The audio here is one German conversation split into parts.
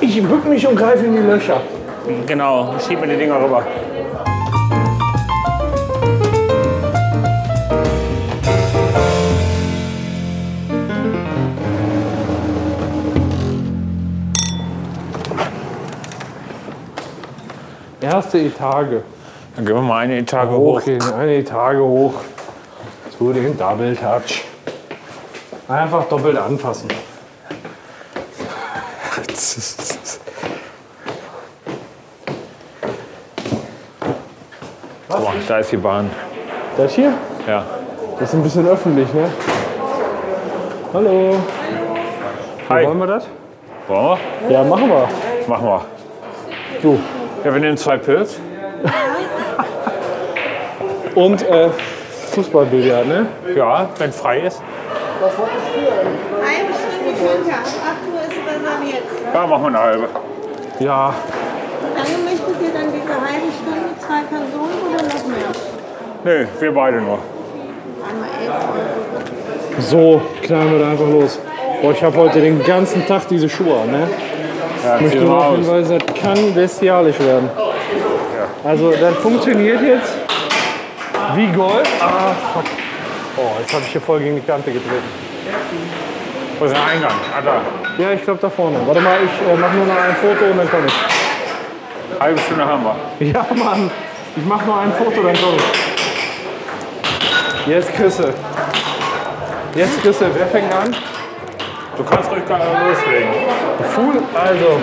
Ich bück mich und greife in die Löcher. Genau, schieb mir die Dinger rüber. Erste Etage. Dann gehen wir mal eine Etage hoch. Hochgehen, eine Etage hoch. Zu dem Double Touch. Einfach doppelt anfassen. Guck mal, da ist die Bahn. Das hier? Ja. Das ist ein bisschen öffentlich, ne? Hallo. Hi. Wollen wir das? Wollen Ja, machen wir. wir? Machen wir. Du. Ja, wir nehmen zwei Pilz. Und äh, Fußballbillard, ne? Ja, wenn frei ist. Eine Stunde Konter. Ab 8 Uhr ist reserviert. Ja, machen wir eine halbe. Ja. Wie lange möchtet ihr dann diese halbe Stunde? Zwei Personen oder noch mehr? Nee, wir beide nur. Einmal elf. So, knallen wir da einfach los. Boah, ich habe heute den ganzen Tag diese Schuhe an, ne? Ja, Ich möchte zieh nur mal darauf aus. hinweisen, das kann bestialisch werden. Also, das funktioniert jetzt wie Golf. Ah, fuck. Oh, jetzt habe ich hier voll gegen die Kante getreten. Wo ist der Eingang? Ah, da. Ja, ich glaube da vorne. Warte mal, ich äh, mache nur noch ein Foto und dann komme ich. Halbe Stunde haben wir. Ja, Mann. Ich mache nur ein Foto, dann komme ich. Jetzt Küsse. Jetzt Küsse. Wer fängt an? Du kannst ruhig gar- loslegen. Cool. Also,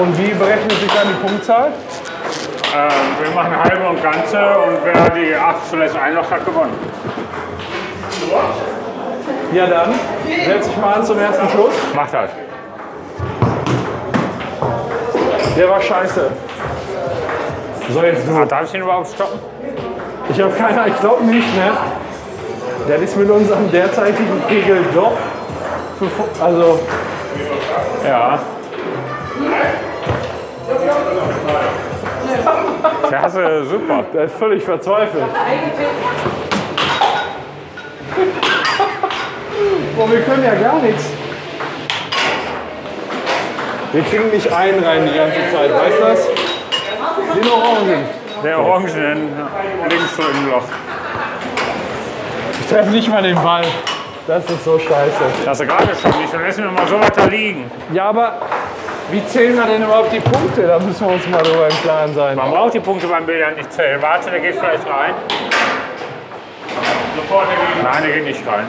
und wie berechnet sich dann die Punktzahl? Ähm, wir machen halbe und ganze und wer die acht zuletzt einloggt, hat gewonnen. Ja, dann setz dich mal an zum ersten Schuss. Mach das. Der war scheiße. So, jetzt Ah, du. darf ich den überhaupt stoppen? Ich habe keine, ich glaube nicht, ne? Das ist mit unserem derzeitigen Pegel doch. Für, fu- also, Ja. Der hast du super. der ist völlig verzweifelt. Boah, wir können ja gar nichts. Wir kriegen nicht einen rein die ganze Zeit, weißt du das? Den Orangen. Der Orangenen links so im Loch. Ich treffe nicht mal den Ball. Das ist so scheiße. Das hast du gerade schon nicht. Dann lassen wir mal so weiter liegen. Ja, aber wie zählen wir denn überhaupt die Punkte? Da müssen wir uns mal drüber im Klaren sein. Man braucht die Punkte beim Bildern nicht zählen. Warte, der geht vielleicht rein. Sofort, der geht Nein, der geht nicht rein.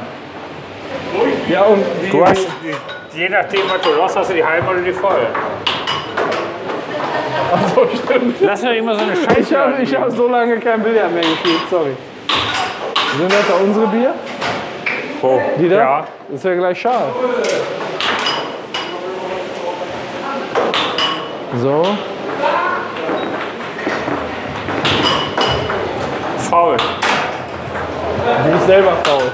Ja, und die, Du hast, die, je nachdem, was du los hast, du die halbe oder die voll. so stimmt. Lass mir immer so eine Ich Scheiße. habe ich hab so lange kein Billard mehr gespielt, sorry. Sind das da unsere Bier? Oh, Die da? Ja. Das ist ja gleich schade. So. Faul. Du bist selber faul.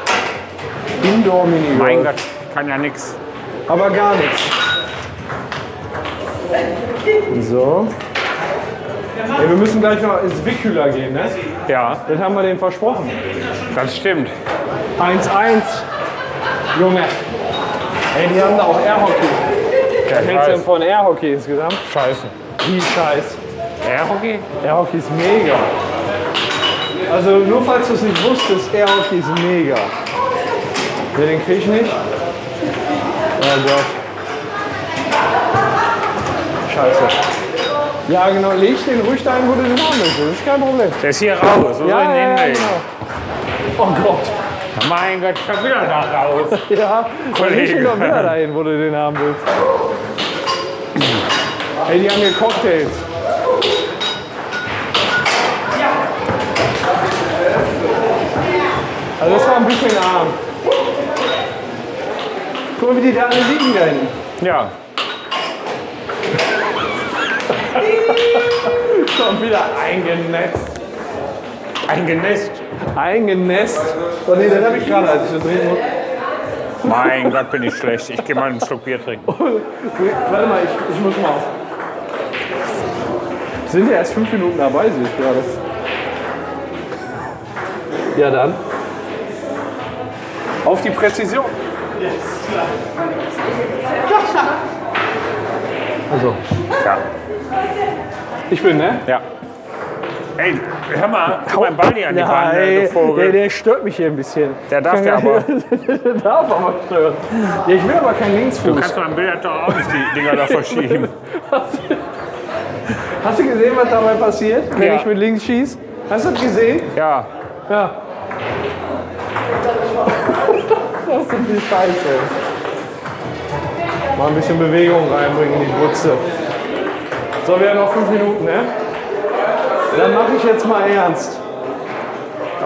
indoor mini Mein Gott, ich kann ja nichts. Aber gar nichts. So. Ja, wir müssen gleich noch ins Wickhüler gehen, ne? Ja, Das haben wir dem versprochen. das stimmt. 1-1. Junge. Ey, die haben da auch Airhockey. Was hältst du denn von Airhockey insgesamt? Scheiße. Wie scheiß. Air-Hockey? Airhockey ist mega. Also nur falls du es nicht wusstest, Airhockey ist mega. Ne, den krieg ich nicht. Ja doch. Scheiße. Ja genau, leg den ruhig dahin, wo du den haben willst. Das ist kein Problem. Der ist hier raus. So Ja, in ja, den ja, Weg. genau. Oh Gott. Mein Gott, ich hab wieder da raus. Ja, Kollege. Kollege. Ich doch wieder dahin, wo du den haben willst. Ey, die haben hier Cocktails. Also das war ein bisschen arm. Guck mal, wie die da alle liegen da hinten. Ja, Schon wieder eingenetzt. ein Genest. Eingenässt? Oh nee, das habe ich gerade, als ich das drehen musste. Mein Gott, bin ich schlecht. Ich gehe mal einen Schluck Bier trinken. Warte mal, ich, ich muss mal auf. Sind ja erst fünf Minuten dabei, sehe ich gerade. Ja, dann. Auf die Präzision. Also, Ja. ich bin, ne? ja. Ey, hör mal, tu mein Bali an die Wand, ne, Nein, du der, Vogel. der stört mich hier ein bisschen. Der darf Kann ja gar- der darf aber stören. Ja, ich will aber keinen Du Linksfuß. kannst beim Billard doch auch nicht die Dinger da verschieben. Hast du gesehen, was dabei passiert, wenn Ja. ich mit links schieße? Hast du das gesehen? Ja. Ja. Das sind die Scheiße. Mal ein bisschen Bewegung reinbringen in die Butze. So, wir haben noch fünf Minuten, ne? Dann mache ich jetzt mal ernst.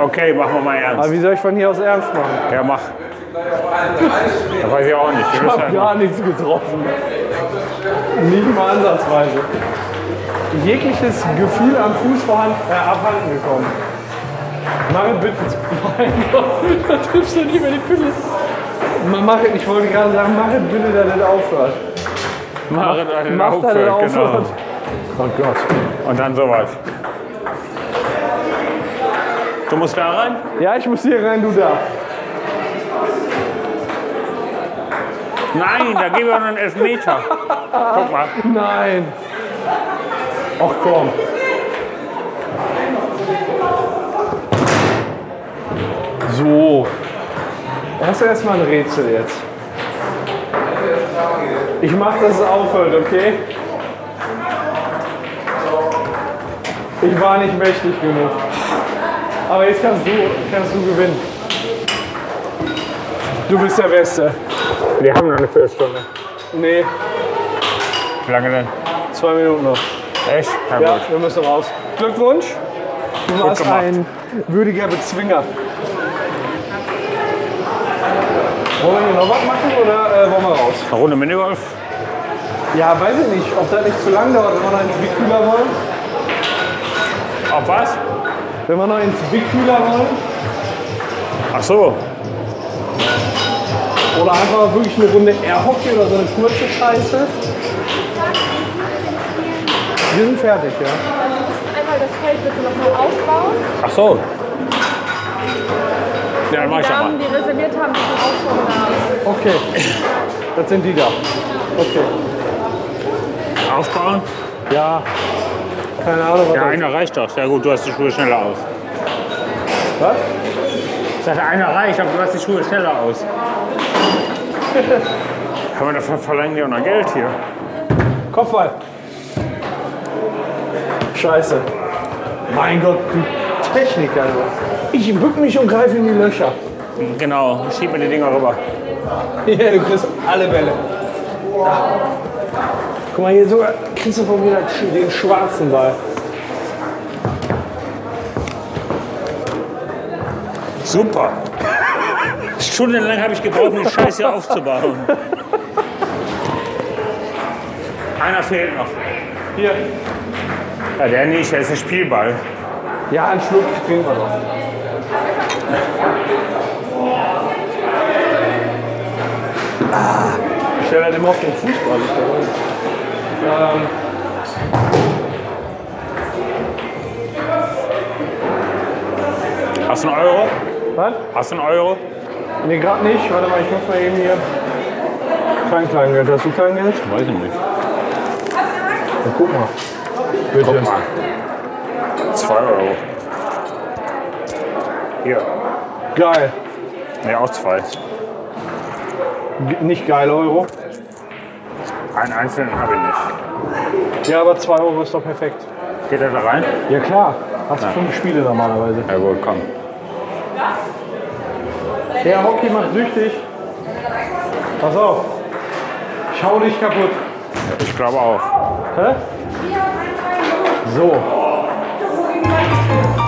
Okay, machen wir mal Aber ernst. wie soll ich von hier aus ernst machen? Ja, mach. Das weiß ich auch nicht. Wir Ich müssen halt habe einfach- gar nichts getroffen. Nicht mal ansatzweise. Jegliches Gefühl am Fuß vorhanden, äh, abhanden gekommen. Mach es bitte. Mein Gott, da triffst du nicht mehr die Pille. Man mach es, ich wollte gerade sagen, mach es bitte, dass es aufhört. Mach, mach, Mach, dass es aufhört. genau. Oh Gott. Und dann sowas. Du musst da rein? Ja, ich muss hier rein, du da. Nein, da geben wir noch einen Elfmeter. Guck mal. Nein. Ach komm. So. Das ist erstmal ein Rätsel jetzt. Ich mach, dass es aufhört, okay? Ich war nicht mächtig genug. Aber jetzt kannst du, kannst du gewinnen. Du bist der Beste. Wir haben noch eine Viertelstunde. Nee, Wie lange denn? zwei Minuten noch. Echt? Na Ja, gut. wir müssen raus. Glückwunsch. Du warst gemacht. ein würdiger Bezwinger. Wollen wir hier noch was machen oder äh, wollen wir raus? Eine Runde Minigolf? Ja, weiß ich nicht, ob das nicht zu lang dauert, wenn wir noch ins Wickkühler wollen. Auf was? Wenn wir noch ins Wickkühler wollen. Ach so. Oder einfach wirklich eine Runde Airhockey oder so eine kurze Scheiße. Wir sind fertig, ja. Also wir müssen einmal das Feld bitte nochmal aufbauen. Ach so. Ja, dann mach Die ich doch mal. Damen, die reserviert haben, die sind auch schon da. Okay. Das sind die da. Okay. Aufbauen? Ja. Keine Ahnung, was Ja, das einer reicht doch. Ja gut, du hast die Schuhe schneller aus. Was? Ich dachte, einer reicht, aber du hast die Schuhe schneller aus. Aber dafür verlangen die auch noch Geld hier. Kopfball. Scheiße. Mein Gott, die Technik also. Ich bück mich und greife in die Löcher. Genau, schieb mir die Dinger rüber. Ja, du kriegst alle Bälle. Guck mal, hier sogar kriegst du von mir das- den schwarzen Ball. Super. Stundenlang habe ich gebraucht, um die Scheiße hier aufzubauen. Einer fehlt noch. Hier. Ja, der nicht, der ist ein Spielball. Ja, einen Schluck trinken wir noch. Ah, ich stelle halt immer auf den Fußball. Ich weiß nicht. ähm, Hast du einen Euro? was? Hast du einen Euro? Nee, gerade nicht. Warte mal, ich muss mal eben hier. Kein Kleingeld. Hast du Kleingeld? Weiß ich nicht. Ja, guck mal. Guck mal. Zwei Euro. Hier. Geil. Ne, auch zwei. G nicht geil, Euro. Einen einzelnen habe ich nicht. Ja, aber 2 Euro ist doch perfekt. Geht er da rein? Ja, klar. Hast du fünf Spiele normalerweise. Ja gut, komm. Der Hockey macht süchtig. Pass auf. Ich hau dich kaputt. Ich glaube auch. Hä? So.